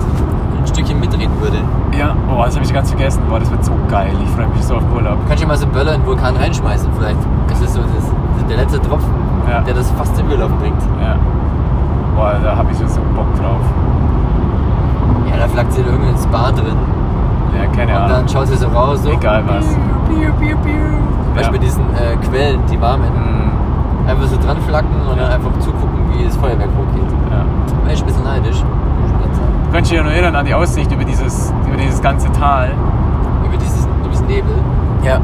[SPEAKER 2] ein Stückchen mitreden würde.
[SPEAKER 1] Ja, oh, das habe ich ganz vergessen. Boah, das wird so geil. Ich freue mich so auf Urlaub.
[SPEAKER 2] Kannst du mal so einen Böller in den Vulkan reinschmeißen vielleicht. Das ist so das, der letzte Tropfen,
[SPEAKER 1] Ja.
[SPEAKER 2] der das fast in Urlaub bringt.
[SPEAKER 1] Ja. Boah, da habe ich schon so Bock drauf.
[SPEAKER 2] Ja, da flackt sie irgendein Spa drin.
[SPEAKER 1] Ja, keine
[SPEAKER 2] Und
[SPEAKER 1] Ahnung.
[SPEAKER 2] dann schaut sie so raus. So.
[SPEAKER 1] Egal was.
[SPEAKER 2] Piu, piu, piu, piu. Weißt
[SPEAKER 1] Ja.
[SPEAKER 2] du, mit diesen äh, Quellen, die warmen.
[SPEAKER 1] Mm,
[SPEAKER 2] Einfach so dran flacken und
[SPEAKER 1] Ja.
[SPEAKER 2] dann einfach zugucken, wie das Feuerwerk hochgeht.
[SPEAKER 1] ja.
[SPEAKER 2] Wäre ich ein bisschen neidisch. muss ich schon sagen.
[SPEAKER 1] Du kannst dich ja noch erinnern an die Aussicht über dieses, über dieses ganze Tal.
[SPEAKER 2] Über dieses, über diesen Nebel.
[SPEAKER 1] Ja,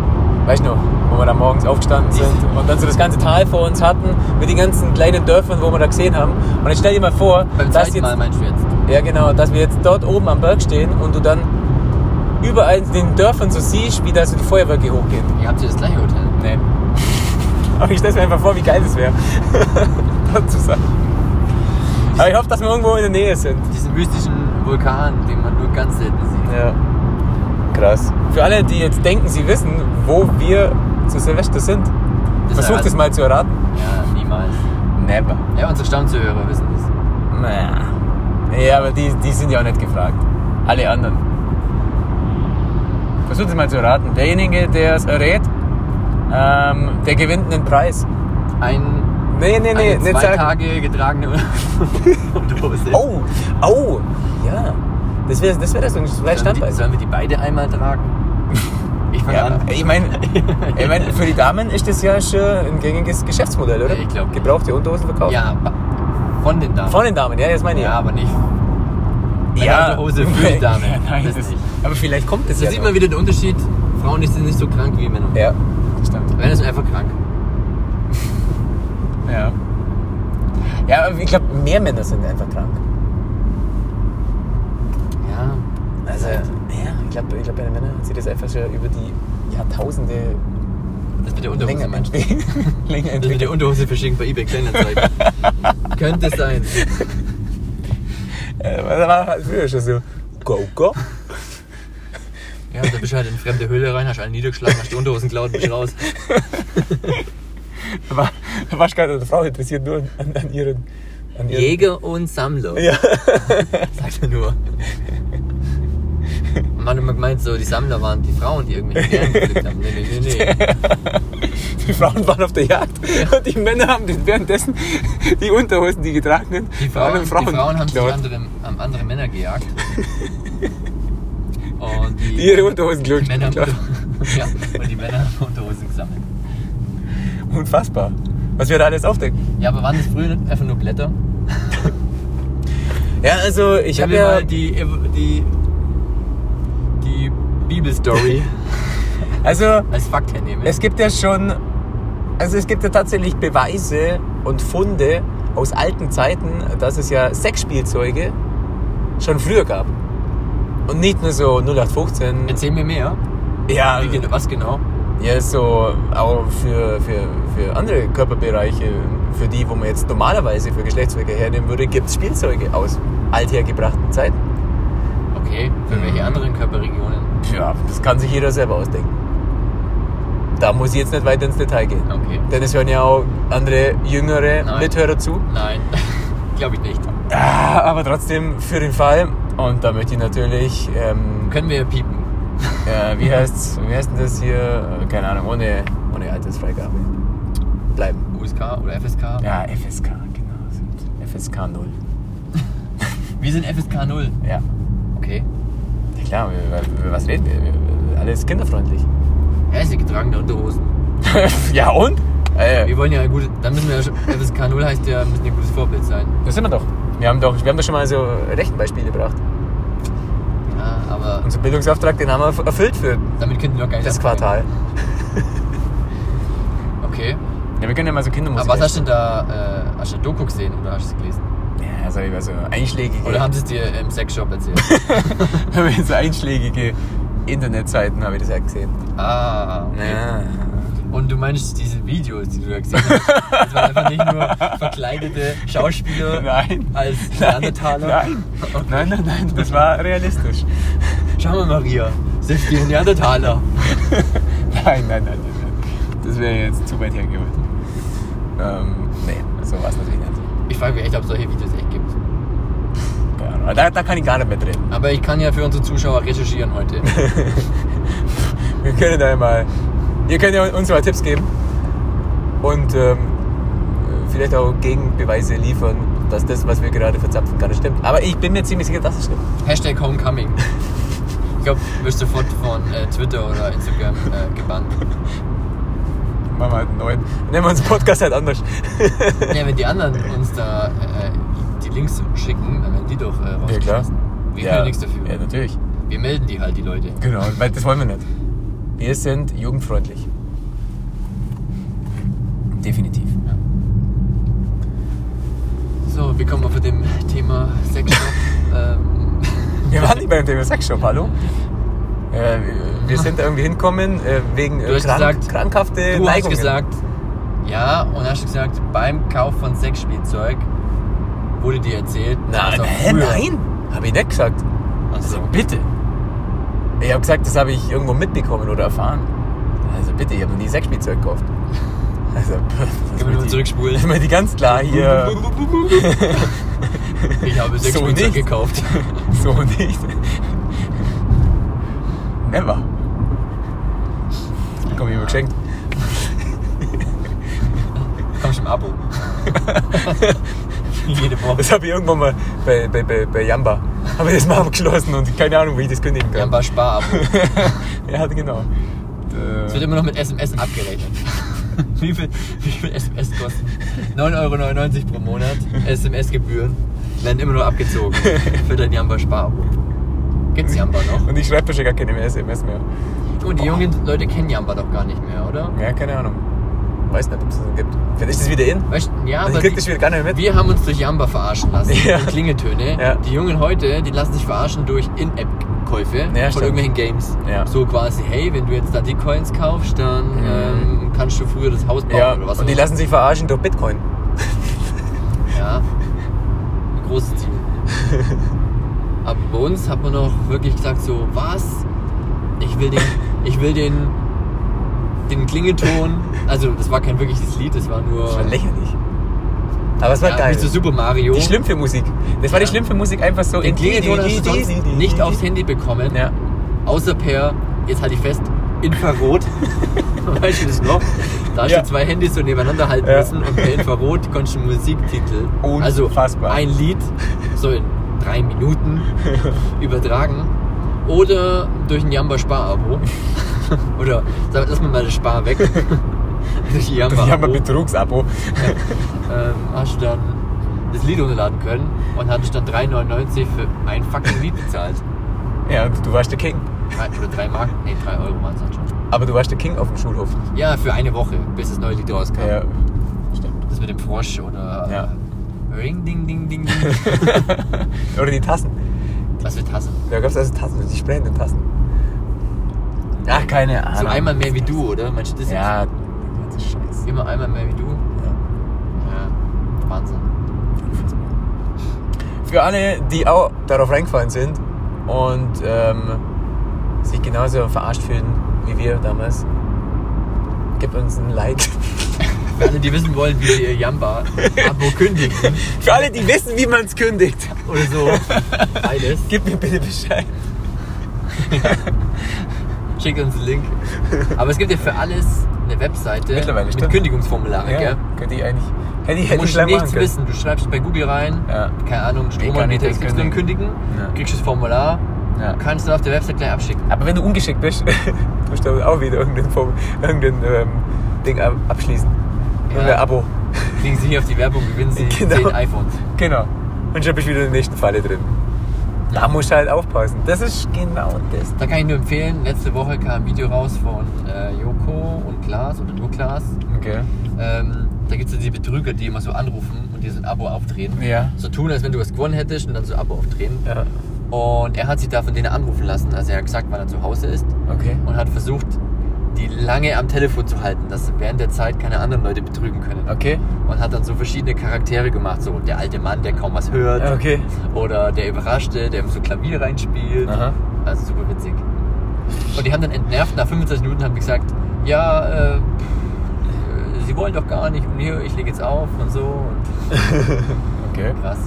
[SPEAKER 1] weißt du noch, wo wir da morgens aufgestanden sind und dann so das ganze Tal vor uns hatten mit den ganzen kleinen Dörfern, wo wir da gesehen haben. Und ich stell dir mal vor,
[SPEAKER 2] Beim
[SPEAKER 1] dass
[SPEAKER 2] zweiten
[SPEAKER 1] jetzt
[SPEAKER 2] Mal meinst du jetzt.
[SPEAKER 1] Ja, genau, dass wir jetzt dort oben am Berg stehen und du dann überall in den Dörfern so siehst, wie da so die Feuerwerke hochgehen.
[SPEAKER 2] Ihr habt hier das gleiche Hotel.
[SPEAKER 1] Nee. Aber ich stelle mir einfach vor, wie geil das wäre. Dazu sagen. Aber ich hoffe, dass wir irgendwo in der Nähe sind.
[SPEAKER 2] Diesen mystischen Vulkan, den man nur ganz selten sieht.
[SPEAKER 1] Ja. Krass. Für alle, die jetzt denken, sie wissen, wo wir zu Silvester sind,
[SPEAKER 2] Das
[SPEAKER 1] versucht es mal zu erraten.
[SPEAKER 2] Ja, niemals.
[SPEAKER 1] Never.
[SPEAKER 2] Ja, unsere Stammzuhörer wissen das.
[SPEAKER 1] Naja. Ja, aber die, die sind ja auch nicht gefragt. Alle anderen. Versucht es mal zu raten. Derjenige, der es errät, ähm, der gewinnt einen Preis.
[SPEAKER 2] Ein
[SPEAKER 1] Nee, nee, nee,
[SPEAKER 2] eine
[SPEAKER 1] nicht
[SPEAKER 2] zwei
[SPEAKER 1] sagen.
[SPEAKER 2] Tage getragene Unterhose.
[SPEAKER 1] Oh, oh, ja. Das wäre das wär das, vielleicht
[SPEAKER 2] sollen, wir die,
[SPEAKER 1] Standbein.
[SPEAKER 2] sollen wir die beide einmal tragen? Ich fange
[SPEAKER 1] Ja,
[SPEAKER 2] an.
[SPEAKER 1] ich meine, ich mein, für die Damen ist das ja schon ein gängiges Geschäftsmodell, oder?
[SPEAKER 2] Ja, ich glaub nicht.
[SPEAKER 1] Gebrauchte Unterhosen verkaufen.
[SPEAKER 2] Ja, ba- von den Damen.
[SPEAKER 1] oh. Von den Damen, ja, das meine ich.
[SPEAKER 2] ja, aber nicht. Eine Unterhose für die Dame.
[SPEAKER 1] Ja, nein,
[SPEAKER 2] Das
[SPEAKER 1] das
[SPEAKER 2] nicht.
[SPEAKER 1] aber vielleicht kommt das
[SPEAKER 2] Da
[SPEAKER 1] ja
[SPEAKER 2] sieht
[SPEAKER 1] noch.
[SPEAKER 2] man wieder den Unterschied. Frauen sind nicht so krank wie Männer.
[SPEAKER 1] Ja, stimmt.
[SPEAKER 2] Männer sind einfach krank.
[SPEAKER 1] Ja. Ja, aber ich glaube, mehr Männer sind einfach krank.
[SPEAKER 2] Ja.
[SPEAKER 1] Also, ja, ich glaube, ich glaub, bei den Männern hat sich das einfach schon über die Jahrtausende
[SPEAKER 2] Das mit der Unterhose
[SPEAKER 1] länger
[SPEAKER 2] meinst du?
[SPEAKER 1] entwickelt. länger
[SPEAKER 2] Das mit
[SPEAKER 1] entwickelt.
[SPEAKER 2] der Unterhose verschicken bei eBay Kleinanzeigen. Könnte sein.
[SPEAKER 1] Äh, Da war halt früher schon so, go, go.
[SPEAKER 2] Ja, da bist du halt in eine fremde Höhle rein, hast einen niedergeschlagen, hast die Unterhosen geklaut und bist raus.
[SPEAKER 1] Da war, da warst du gerade eine Frau interessiert nur an, an ihren... An ihren
[SPEAKER 2] Jäger und Sammler.
[SPEAKER 1] Ja.
[SPEAKER 2] Sagt er nur. Man hat immer gemeint, so die Sammler waren die Frauen, die irgendwelche Bären gepflückt haben. Nee, nee, nee, nee.
[SPEAKER 1] Die Frauen waren auf der Jagd und die Männer haben den- währenddessen die Unterhosen, die getragenen,
[SPEAKER 2] Die Frauen,
[SPEAKER 1] anderen
[SPEAKER 2] die Frauen haben sich
[SPEAKER 1] geklaut.
[SPEAKER 2] andere, haben andere Männer gejagt. Und die,
[SPEAKER 1] Ihre Unterhosen
[SPEAKER 2] die
[SPEAKER 1] geklaut.
[SPEAKER 2] Männer haben, ja, und die Männer haben Unterhosen gesammelt.
[SPEAKER 1] Unfassbar. Was wir da alles aufdecken.
[SPEAKER 2] Ja, aber waren das früher nicht einfach nur Blätter?
[SPEAKER 1] Ja, also ich
[SPEAKER 2] Wenn
[SPEAKER 1] habe
[SPEAKER 2] wir
[SPEAKER 1] ja.
[SPEAKER 2] mal die, die, die Bibelstory
[SPEAKER 1] Also
[SPEAKER 2] als Fakt hernehmen.
[SPEAKER 1] es gibt ja schon. Also es gibt ja tatsächlich Beweise und Funde aus alten Zeiten, dass es ja Sexspielzeuge schon früher gab. Und nicht nur so 0815.
[SPEAKER 2] Erzähl mir mehr.
[SPEAKER 1] ja,
[SPEAKER 2] Wie, gen- was genau?
[SPEAKER 1] ja, so auch für, für, für andere Körperbereiche, für die, wo man jetzt normalerweise für Geschlechtsverkehr hernehmen würde, gibt es Spielzeuge aus althergebrachten Zeiten.
[SPEAKER 2] Okay, für welche
[SPEAKER 1] Mhm.
[SPEAKER 2] anderen Körperregionen?
[SPEAKER 1] Ja, das kann sich jeder selber ausdenken. Da muss ich jetzt nicht weiter ins Detail gehen.
[SPEAKER 2] Okay.
[SPEAKER 1] Denn es hören ja auch andere jüngere
[SPEAKER 2] Nein.
[SPEAKER 1] Mithörer zu.
[SPEAKER 2] Nein, glaube ich nicht.
[SPEAKER 1] Ah, aber trotzdem für den Fall. Und da möchte ich natürlich, ähm,
[SPEAKER 2] Können wir piepen.
[SPEAKER 1] äh, wie heißt wie heißt denn das hier? Äh, Keine Ahnung, ohne, ohne Altersfreigabe. Bleiben.
[SPEAKER 2] USK oder FSK?
[SPEAKER 1] Ja, FSK, genau. sind FSK 0.
[SPEAKER 2] Wir sind FSK 0.
[SPEAKER 1] Ja.
[SPEAKER 2] Okay.
[SPEAKER 1] Ja, klar, wir- wir- über was reden wir? wir? Alles kinderfreundlich.
[SPEAKER 2] Ja, ist ja getragene Unterhosen.
[SPEAKER 1] ja und? Äh,
[SPEAKER 2] Wir wollen ja ein gutes. Dann müssen wir ja schon. FSK 0 heißt ja, wir müssen ein gutes Vorbild sein.
[SPEAKER 1] das sind wir doch. Wir haben doch, wir haben doch schon mal so Rechenbeispiele gebracht.
[SPEAKER 2] Ja, aber
[SPEAKER 1] Unser Bildungsauftrag, den haben wir erf- erfüllt für
[SPEAKER 2] damit könnten wir auch gar nicht.
[SPEAKER 1] das
[SPEAKER 2] anfangen.
[SPEAKER 1] Quartal.
[SPEAKER 2] Okay.
[SPEAKER 1] Ja, wir können ja mal so Kindermusik.
[SPEAKER 2] Aber was hast du denn da? Äh, hast du eine Doku gesehen oder hast du es gelesen?
[SPEAKER 1] Ja, also über so einschlägige.
[SPEAKER 2] Oder haben sie es dir im Sexshop erzählt?
[SPEAKER 1] über so einschlägige Internetseiten habe ich das ja gesehen.
[SPEAKER 2] ah, okay.
[SPEAKER 1] Ja.
[SPEAKER 2] Und du meinst diese Videos, die du da gesehen hast? Das waren einfach nicht nur verkleidete Schauspieler
[SPEAKER 1] Nein.
[SPEAKER 2] als
[SPEAKER 1] Nein,
[SPEAKER 2] Neandertaler.
[SPEAKER 1] nein. nein, nein, nein, das war realistisch.
[SPEAKER 2] Schau mal, Maria, sind die Neandertaler.
[SPEAKER 1] Nein, nein, nein, nein, nein. Das wäre jetzt zu weit hergeholt. Ähm, nee, so war es natürlich nicht.
[SPEAKER 2] Ich frage mich echt, ob es solche Videos echt gibt.
[SPEAKER 1] Keine Ahnung. Da, da kann ich gar nicht mehr drehen.
[SPEAKER 2] Aber ich kann ja für unsere Zuschauer recherchieren heute.
[SPEAKER 1] Wir können da ja mal. Ihr könnt ja uns mal Tipps geben. Und ähm, vielleicht auch Gegenbeweise liefern, dass das, was wir gerade verzapfen, gar nicht stimmt. Aber ich bin mir ziemlich sicher, dass es stimmt.
[SPEAKER 2] Hashtag Homecoming. Ich glaube, du wirst sofort von äh, Twitter oder Instagram äh, gebannt.
[SPEAKER 1] Machen wir halt einen neuen. Nennen wir unseren Podcast halt anders.
[SPEAKER 2] Ja, wenn die anderen uns da äh, die Links schicken, dann werden die doch äh, rausgeschmissen. Wir können ja nichts dafür.
[SPEAKER 1] Ja, natürlich.
[SPEAKER 2] Wir melden die halt, die Leute.
[SPEAKER 1] Genau, weil das wollen wir nicht. Wir sind jugendfreundlich. Definitiv.
[SPEAKER 2] So, wir kommen mal von dem Thema Sexshop. ähm,
[SPEAKER 1] Wir waren nicht beim Thema Sexshop, hallo? Äh, wir sind da irgendwie hinkommen äh, wegen äh,
[SPEAKER 2] Du hast gesagt,
[SPEAKER 1] krankhafte
[SPEAKER 2] du
[SPEAKER 1] Äh,
[SPEAKER 2] hast
[SPEAKER 1] Neigungen.
[SPEAKER 2] gesagt, ja, und hast du gesagt, beim Kauf von Sexspielzeug wurde dir erzählt,
[SPEAKER 1] Nein,
[SPEAKER 2] dass auch
[SPEAKER 1] hä,
[SPEAKER 2] also früher-
[SPEAKER 1] nein, habe ich nicht gesagt.
[SPEAKER 2] Also,
[SPEAKER 1] bitte. Ich habe gesagt, das habe ich irgendwo mitbekommen oder erfahren. Also bitte, ich habe noch nie Sexspielzeug gekauft. Also, pff,
[SPEAKER 2] Können wir nur zurückspulen.
[SPEAKER 1] Immer die ganz klar hier.
[SPEAKER 2] Ich habe
[SPEAKER 1] So
[SPEAKER 2] Sexspielzeug
[SPEAKER 1] nicht.
[SPEAKER 2] gekauft.
[SPEAKER 1] So nicht. Never. Komm, ich mir geschenkt.
[SPEAKER 2] Kommst im Abo. Jede Woche.
[SPEAKER 1] Das habe ich irgendwann mal bei, bei, bei, bei Jamba. Habe ich das mal abgeschlossen und keine Ahnung, wie ich das kündigen
[SPEAKER 2] Wir haben
[SPEAKER 1] kann.
[SPEAKER 2] ein spar Es
[SPEAKER 1] Ja, genau. Äh,
[SPEAKER 2] wird immer noch mit SMS abgerechnet. wie, viel, wie viel SMS kosten? 9,99 Euro pro Monat. SMS-Gebühren werden immer nur abgezogen für dein Jamba spar Gibt's Jamba noch?
[SPEAKER 1] Und ich schreibe schon gar keine mehr SMS mehr.
[SPEAKER 2] Guck mal, die jungen Leute kennen Jamba doch gar nicht mehr, oder?
[SPEAKER 1] Ja, keine Ahnung. Weiß nicht, ob es das gibt. Vielleicht ist es wieder in.
[SPEAKER 2] Weißt, du, ja,
[SPEAKER 1] Also
[SPEAKER 2] aber
[SPEAKER 1] ich krieg
[SPEAKER 2] die-
[SPEAKER 1] das wieder gar nicht mit.
[SPEAKER 2] wir haben uns durch Jamba verarschen lassen.
[SPEAKER 1] Ja.
[SPEAKER 2] Durch Klingeltöne.
[SPEAKER 1] Ja.
[SPEAKER 2] Die Jungen heute, die lassen sich verarschen durch In-App-Käufe von
[SPEAKER 1] stimmt.
[SPEAKER 2] irgendwelchen Games.
[SPEAKER 1] Ja.
[SPEAKER 2] So quasi, hey, wenn du jetzt da die Coins kaufst, dann
[SPEAKER 1] Mhm.
[SPEAKER 2] ähm, kannst du früher das Haus bauen
[SPEAKER 1] Ja,
[SPEAKER 2] oder was
[SPEAKER 1] und die
[SPEAKER 2] auch
[SPEAKER 1] lassen sich verarschen durch Bitcoin.
[SPEAKER 2] Ja. Ein großes Ziel. Aber bei uns hat man noch wirklich gesagt so, was? Ich will den, ich will den, den Klingelton. Also das war kein wirkliches Lied, das war nur.
[SPEAKER 1] Das war lächerlich. Aber es war
[SPEAKER 2] Oh. ja,
[SPEAKER 1] geil.
[SPEAKER 2] Wie zu Super Mario.
[SPEAKER 1] Die schlimm für Musik. Das war die
[SPEAKER 2] Ja.
[SPEAKER 1] schlimm für Musik einfach so
[SPEAKER 2] Den Klingelton hast du sonst nicht aufs Handy bekommen,
[SPEAKER 1] Ja.
[SPEAKER 2] außer per, jetzt halte ich fest, Infrarot. weißt du das noch? Da hast
[SPEAKER 1] Ja.
[SPEAKER 2] du zwei Handys so nebeneinander halten
[SPEAKER 1] Ja.
[SPEAKER 2] müssen und per Infrarot konntest du einen Musiktitel,
[SPEAKER 1] Unfassbar.
[SPEAKER 2] also ein Lied, so in drei Minuten übertragen oder durch ein Jamba Spar-Abo. oder sag, lass mal mal das Spar weg. durch ein
[SPEAKER 1] Die haben
[SPEAKER 2] Jamba-Abo
[SPEAKER 1] ein Betrugsabo.
[SPEAKER 2] ähm, hast du dann das Lied runterladen können und hattest dann 3,99 für ein fucking Lied bezahlt.
[SPEAKER 1] Ja, und du warst der King.
[SPEAKER 2] Drei, oder 3 Mark, nee, 3 Euro waren es dann schon.
[SPEAKER 1] Aber du warst der King auf dem Schulhof.
[SPEAKER 2] Ja, für eine Woche, bis das neue Lied rauskam.
[SPEAKER 1] Ja.
[SPEAKER 2] Stimmt. Das mit dem Frosch oder
[SPEAKER 1] Ja.
[SPEAKER 2] äh, Ring, Ding, Ding, Ding, Ding.
[SPEAKER 1] Oder die Tassen.
[SPEAKER 2] Was für Tassen.
[SPEAKER 1] Da gab es also Tassen, die sprechenden Tassen. Ach, keine Ahnung.
[SPEAKER 2] So einmal mehr wie du, oder? Meinst du das
[SPEAKER 1] Ah, Ja, das ist scheiße.
[SPEAKER 2] jetzt? Immer einmal mehr wie du?
[SPEAKER 1] Ja.
[SPEAKER 2] Ja. Wahnsinn.
[SPEAKER 1] Für alle, die auch darauf reingefallen sind und ähm, sich genauso verarscht fühlen wie wir damals, gebt uns ein Like.
[SPEAKER 2] Für alle, die wissen wollen, wie ihr Jamba-Abo kündigen
[SPEAKER 1] Für alle, die wissen, wie man es kündigt,
[SPEAKER 2] oder so, beides,
[SPEAKER 1] gebt mir bitte Bescheid.
[SPEAKER 2] Schickt uns einen Link. Aber es gibt ja für alles eine Webseite
[SPEAKER 1] Mittlerweile,
[SPEAKER 2] mit
[SPEAKER 1] stimmt.
[SPEAKER 2] Kündigungsformulare, gell?
[SPEAKER 1] könnte ich eigentlich. Hätte ich,
[SPEAKER 2] Du
[SPEAKER 1] hätte ich
[SPEAKER 2] musst
[SPEAKER 1] gleich machen
[SPEAKER 2] nichts
[SPEAKER 1] können.
[SPEAKER 2] wissen. Du schreibst bei Google rein,
[SPEAKER 1] Ja.
[SPEAKER 2] keine Ahnung, Stromanbieter
[SPEAKER 1] kann ich das
[SPEAKER 2] XY kündigen,
[SPEAKER 1] Ja.
[SPEAKER 2] kriegst das Formular,
[SPEAKER 1] Ja.
[SPEAKER 2] kannst du auf der Website gleich abschicken.
[SPEAKER 1] Aber wenn du ungeschickt bist, musst du auch wieder irgendein, Form- irgendein ähm, Ding ab- abschließen.
[SPEAKER 2] Ja.
[SPEAKER 1] Irgendein Abo.
[SPEAKER 2] Klicken sie hier auf die Werbung, gewinnen sie
[SPEAKER 1] Genau.
[SPEAKER 2] 10 iPhones.
[SPEAKER 1] Genau. Und schon bist du wieder in der nächsten Falle drin. Da musst du halt aufpassen. Das ist genau das.
[SPEAKER 2] Da kann ich nur empfehlen, letzte Woche kam ein Video raus von äh, Joko und Klaas oder nur Klaas.
[SPEAKER 1] Okay.
[SPEAKER 2] Ähm, da gibt es ja die Betrüger, die immer so anrufen und dir so ein Abo aufdrehen.
[SPEAKER 1] Ja.
[SPEAKER 2] So tun, als wenn du was gewonnen hättest und dann so ein Abo aufdrehen.
[SPEAKER 1] Ja.
[SPEAKER 2] Und er hat sich da von denen anrufen lassen. Also er hat gesagt, wann er zu Hause ist
[SPEAKER 1] Okay.
[SPEAKER 2] und hat versucht, die lange am Telefon zu halten, dass während der Zeit keine anderen Leute betrügen können.
[SPEAKER 1] Okay.
[SPEAKER 2] Und hat dann so verschiedene Charaktere gemacht. So der alte Mann, der kaum was hört.
[SPEAKER 1] Okay.
[SPEAKER 2] Oder der Überraschte, der so Klavier reinspielt.
[SPEAKER 1] Aha.
[SPEAKER 2] Also super witzig. Und die haben dann entnervt, nach 25 Minuten haben die gesagt, ja, äh, pff, äh, sie wollen doch gar nicht und hier, ich lege jetzt auf und so. Und
[SPEAKER 1] Okay.
[SPEAKER 2] krass.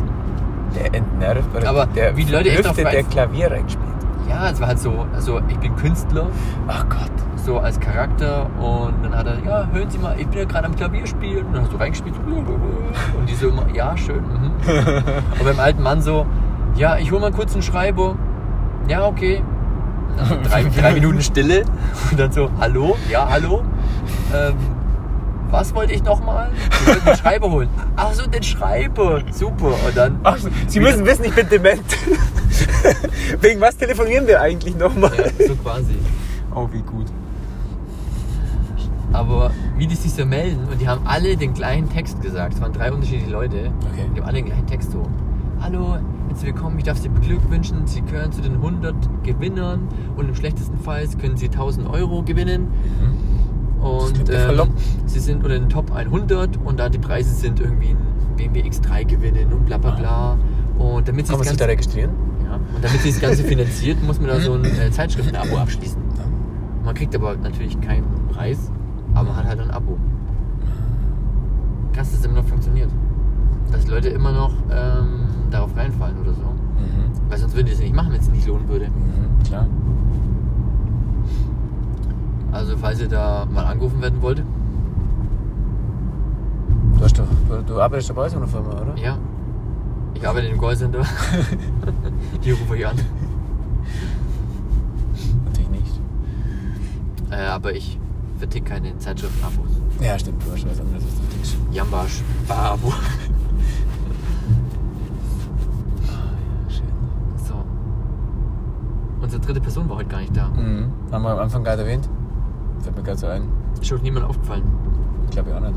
[SPEAKER 1] Der entnervt oder
[SPEAKER 2] Aber
[SPEAKER 1] der
[SPEAKER 2] wie die Leute echt
[SPEAKER 1] verblüffte,
[SPEAKER 2] auf-
[SPEAKER 1] der Klavier reinspielt.
[SPEAKER 2] Ja, es war halt so, also ich bin Künstler,
[SPEAKER 1] Ach Gott.
[SPEAKER 2] so als Charakter und dann hat er, ja, hören Sie mal, ich bin ja gerade am Klavier spielen und dann hast du reingespielt so, und die so immer, ja, schön. Mhm. Und beim alten Mann so, ja, ich hole mal kurz einen Schreiber. Ja, okay. Dann Drei, drei Minuten Stille und dann so, hallo, ja, hallo. Ähm, was wollte ich nochmal? Sie wollten den Schreiber holen. Ach so, den Schreiber. Super. Und dann.
[SPEAKER 1] Ach, Sie müssen wissen, ich bin dement. Wegen was telefonieren wir eigentlich nochmal?
[SPEAKER 2] Ja, so quasi.
[SPEAKER 1] Oh, wie gut.
[SPEAKER 2] Aber wie die sich so melden und die haben alle den gleichen Text gesagt. Es waren drei unterschiedliche Leute.
[SPEAKER 1] Okay.
[SPEAKER 2] Und die haben alle den gleichen Text so. Hallo, herzlich willkommen, ich darf Sie beglückwünschen. Sie gehören zu den 100 Gewinnern und im schlechtesten Fall können Sie 1000 Euro gewinnen.
[SPEAKER 1] Mhm. klingt
[SPEAKER 2] Und
[SPEAKER 1] ja
[SPEAKER 2] ähm,
[SPEAKER 1] verlockend.
[SPEAKER 2] Sie sind unter den Top 100 und da die Preise sind irgendwie ein BMW X3 gewinnen und bla bla bla.
[SPEAKER 1] Ah.
[SPEAKER 2] Und damit sie
[SPEAKER 1] Kann man
[SPEAKER 2] das
[SPEAKER 1] sich da
[SPEAKER 2] Ganze,
[SPEAKER 1] registrieren?
[SPEAKER 2] ja, und damit sie das Ganze finanziert, muss man da so ein äh, Zeitschriftenabo abschließen. Man kriegt aber natürlich keinen Preis, aber man hat halt ein Abo. Krass, dass es immer noch funktioniert. Dass Leute immer noch ähm, darauf reinfallen oder so.
[SPEAKER 1] Mhm.
[SPEAKER 2] Weil sonst würden die das nicht machen, wenn es nicht lohnen würde.
[SPEAKER 1] Mhm, klar.
[SPEAKER 2] Also falls ihr da mal angerufen werden wollt,
[SPEAKER 1] Du, hast doch, du, du arbeitest dabei so einer Firma, oder?
[SPEAKER 2] ja. Ich arbeite im Callcenter. die rufe ich an.
[SPEAKER 1] Natürlich nicht.
[SPEAKER 2] Äh, aber ich vertick keine Zeitschriften-Abos.
[SPEAKER 1] Ja, stimmt, du hast was anderes als du denkst.
[SPEAKER 2] Jambasch, Abo.
[SPEAKER 1] Schön.
[SPEAKER 2] Ah, So. Unsere dritte Person war heute gar nicht da.
[SPEAKER 1] Mhm. Haben wir am Anfang gerade erwähnt? Fällt mir gerade so ein.
[SPEAKER 2] Ist schon niemand aufgefallen.
[SPEAKER 1] Ich glaube auch nicht.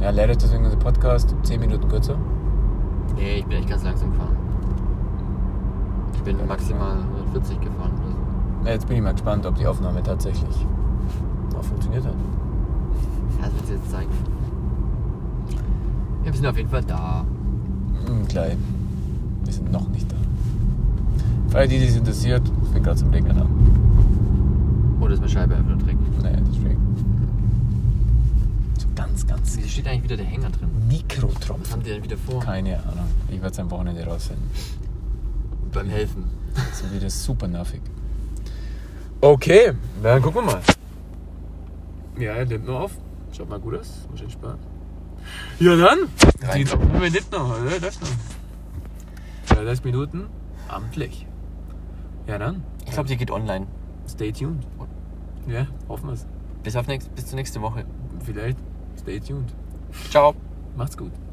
[SPEAKER 1] Ja, leider ist deswegen unser Podcast 10 Minuten kürzer.
[SPEAKER 2] Nee, ich bin echt ganz langsam gefahren. Ich bin maximal 140 gefahren oder so.
[SPEAKER 1] Na, jetzt bin ich mal gespannt, ob die Aufnahme tatsächlich auch funktioniert hat.
[SPEAKER 2] Das wird jetzt zeigen. Ja, wir sind auf jeden Fall da.
[SPEAKER 1] Mhm, gleich. Wir sind noch nicht da. Für alle, die die es interessiert, ich bin gerade zum Regner da.
[SPEAKER 2] Oh, das ist meine Scheibe einfach nur dreckig.
[SPEAKER 1] Naja, deswegen. So ganz, ganz
[SPEAKER 2] Wieso steht eigentlich wieder der Hänger drin? Was haben
[SPEAKER 1] Mikrotropfen.
[SPEAKER 2] die denn wieder vor?
[SPEAKER 1] Keine Ahnung. Ich werde es am Wochenende rausfinden.
[SPEAKER 2] Beim Helfen.
[SPEAKER 1] Das ist wieder super nervig. Okay, dann gucken wir mal. Ja, er nimmt noch auf. Schaut mal gut aus. Macht schön Spaß. Ja, dann.
[SPEAKER 2] Rein.
[SPEAKER 1] Die Doppelnummer nimmt noch. Ja, läuft noch. 30 Minuten. Amtlich. Ja, dann.
[SPEAKER 2] Ich glaube, die geht online.
[SPEAKER 1] Stay tuned. Ja, hoffen wir's.
[SPEAKER 2] Bis, auf nächst, bis zur nächsten Woche.
[SPEAKER 1] Vielleicht. Stay tuned.
[SPEAKER 2] Ciao.
[SPEAKER 1] Macht's gut.